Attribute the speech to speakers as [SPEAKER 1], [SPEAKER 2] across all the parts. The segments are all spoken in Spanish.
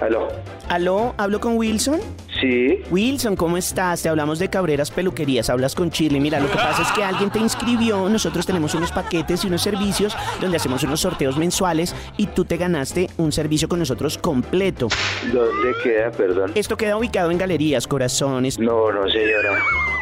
[SPEAKER 1] Aló.
[SPEAKER 2] Aló, hablo con Wilson.
[SPEAKER 1] Sí.
[SPEAKER 2] Wilson, ¿cómo estás? Te hablamos de Cabreras Peluquerías, hablas con Shirley. Mira, lo que pasa es que alguien te inscribió, nosotros tenemos unos paquetes y unos servicios donde hacemos unos sorteos mensuales y tú te ganaste un servicio con nosotros completo.
[SPEAKER 1] ¿Dónde queda, perdón?
[SPEAKER 2] Esto queda ubicado en galerías, corazones.
[SPEAKER 1] No, no, señora.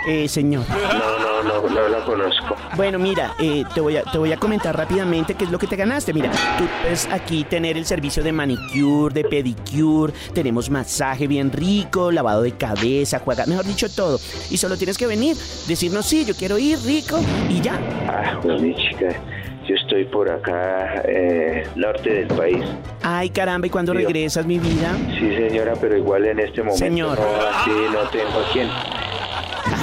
[SPEAKER 2] Eh, señor.
[SPEAKER 1] No, no, no, no la conozco.
[SPEAKER 2] Bueno, mira, eh, te, voy a, te voy a comentar rápidamente qué es lo que te ganaste. Mira, tú puedes aquí tener el servicio de manicure, de pedicure, tenemos masaje bien rico, lavado de cabeza, juega, mejor dicho, todo. Y solo tienes que venir, decirnos, sí, yo quiero ir rico y ya.
[SPEAKER 1] Ah, pues mi chica, yo estoy por acá, eh, norte del país.
[SPEAKER 2] Ay, caramba, ¿y cuándo
[SPEAKER 1] Yo.
[SPEAKER 2] regresas, mi vida?
[SPEAKER 1] Sí, señora, pero igual en este momento
[SPEAKER 2] Señor.
[SPEAKER 1] no, así no tengo a quién.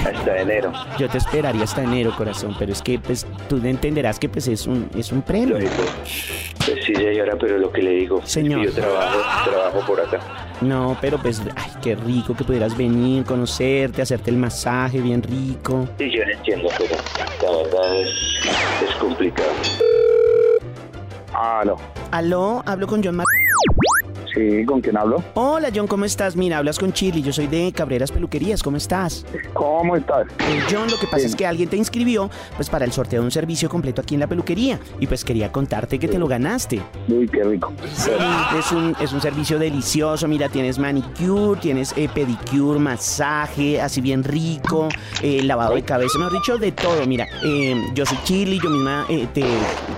[SPEAKER 1] Hasta enero.
[SPEAKER 2] Yo te esperaría hasta enero, corazón, pero es que pues, tú entenderás que pues, es, un, es un premio.
[SPEAKER 1] Lógico. Pues sí, señora, pero lo que le digo,
[SPEAKER 2] Señor.
[SPEAKER 1] yo trabajo, trabajo por acá.
[SPEAKER 2] No, pero pues, ay, qué rico que pudieras venir, conocerte, hacerte el masaje bien rico.
[SPEAKER 1] Y yo no entiendo, pero la verdad es, es complicado.
[SPEAKER 3] Aló.
[SPEAKER 2] Aló, hablo con John Mar...
[SPEAKER 3] Sí, ¿con quién hablo?
[SPEAKER 2] Hola John, ¿cómo estás? Mira, hablas con Chili, yo soy de Cabreras Peluquerías, ¿cómo estás?
[SPEAKER 3] ¿Cómo estás?
[SPEAKER 2] Eh, John, lo que pasa es que alguien te inscribió pues para el sorteo de un servicio completo aquí en la peluquería y pues quería contarte que te lo ganaste.
[SPEAKER 3] Uy, qué rico.
[SPEAKER 2] Sí, es un, es un servicio delicioso. Mira, tienes manicure, tienes eh, pedicure, masaje, así bien rico, eh, lavado de cabeza, mejor dicho, de todo. Mira, eh, yo soy Chili, yo misma eh, te,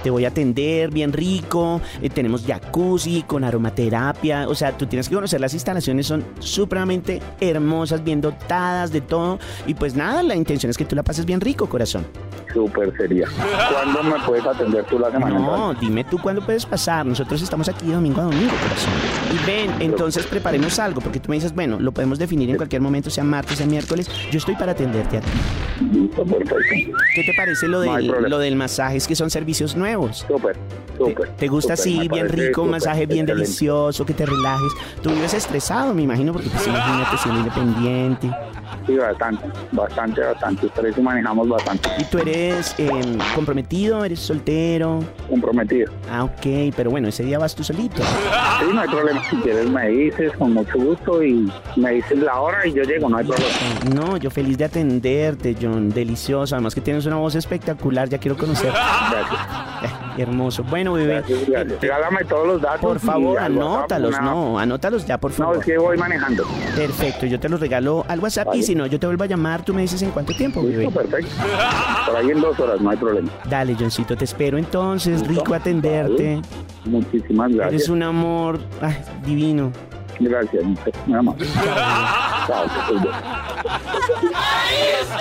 [SPEAKER 2] te voy a atender bien rico. eh, tenemos jacuzzi con aromaterapia. O sea, tú tienes que conocer las instalaciones, son supremamente hermosas, bien dotadas, de todo. Y pues nada, la intención es que tú la pases bien rico, corazón.
[SPEAKER 3] Súper sería. ¿Cuándo me puedes atender tú la semana?
[SPEAKER 2] No, dime tú cuándo puedes pasar. Nosotros estamos aquí de domingo a domingo, corazón. Y ven, entonces preparemos algo, porque tú me dices, bueno, lo podemos definir en cualquier momento, sea martes, sea miércoles. Yo estoy para atenderte a ti.
[SPEAKER 3] entrante? Listo, perfecto.
[SPEAKER 2] ¿Qué te parece lo
[SPEAKER 3] No hay
[SPEAKER 2] del,
[SPEAKER 3] problema.
[SPEAKER 2] lo del masaje? Es que son servicios nuevos.
[SPEAKER 3] Súper,
[SPEAKER 2] ¿Te,
[SPEAKER 3] súper.
[SPEAKER 2] te gusta
[SPEAKER 3] súper,
[SPEAKER 2] así,
[SPEAKER 3] me
[SPEAKER 2] bien
[SPEAKER 3] parece
[SPEAKER 2] rico, un
[SPEAKER 3] súper,
[SPEAKER 2] masaje bien
[SPEAKER 3] excelente.
[SPEAKER 2] delicioso, que te relajes? Tú vives estresado, me imagino, porque pues imagínate siendo independiente.
[SPEAKER 3] Sí, bastante, bastante, bastante. Ustedes manejamos bastante.
[SPEAKER 2] ¿Y tú eres eh, comprometido, eres soltero?
[SPEAKER 3] Comprometido.
[SPEAKER 2] Ah, ok, pero bueno, ese día vas tú solito.
[SPEAKER 3] Sí, no hay problema. Si quieres me dices con mucho gusto y me dices la hora y yo llego, no hay problema.
[SPEAKER 2] No, yo feliz de atenderte, John. Delicioso. Además que tienes una voz espectacular. Ya quiero conocer.
[SPEAKER 3] Gracias,
[SPEAKER 2] Hermoso. Bueno, bebé.
[SPEAKER 3] gracias, gracias.
[SPEAKER 2] eh,
[SPEAKER 3] Regálame todos los datos.
[SPEAKER 2] Por favor,
[SPEAKER 3] y al WhatsApp
[SPEAKER 2] anótalos,
[SPEAKER 3] una-
[SPEAKER 2] no, anótalos ya, por
[SPEAKER 3] No,
[SPEAKER 2] favor.
[SPEAKER 3] es que voy manejando.
[SPEAKER 2] Perfecto, yo te los regalo al WhatsApp y
[SPEAKER 3] Vale.
[SPEAKER 2] si no, yo te vuelvo a llamar, tú me dices en cuánto tiempo, bebé.
[SPEAKER 3] Listo, perfecto. Por ahí en dos horas, no hay problema.
[SPEAKER 2] Dale, Johncito, te espero entonces,
[SPEAKER 3] Listo.
[SPEAKER 2] rico atenderte.
[SPEAKER 3] Vale. Muchísimas
[SPEAKER 2] Eres
[SPEAKER 3] gracias.
[SPEAKER 2] un amor ay, divino.
[SPEAKER 3] Gracias. Nada más. Chao, que estés bien.
[SPEAKER 4] Ahí está.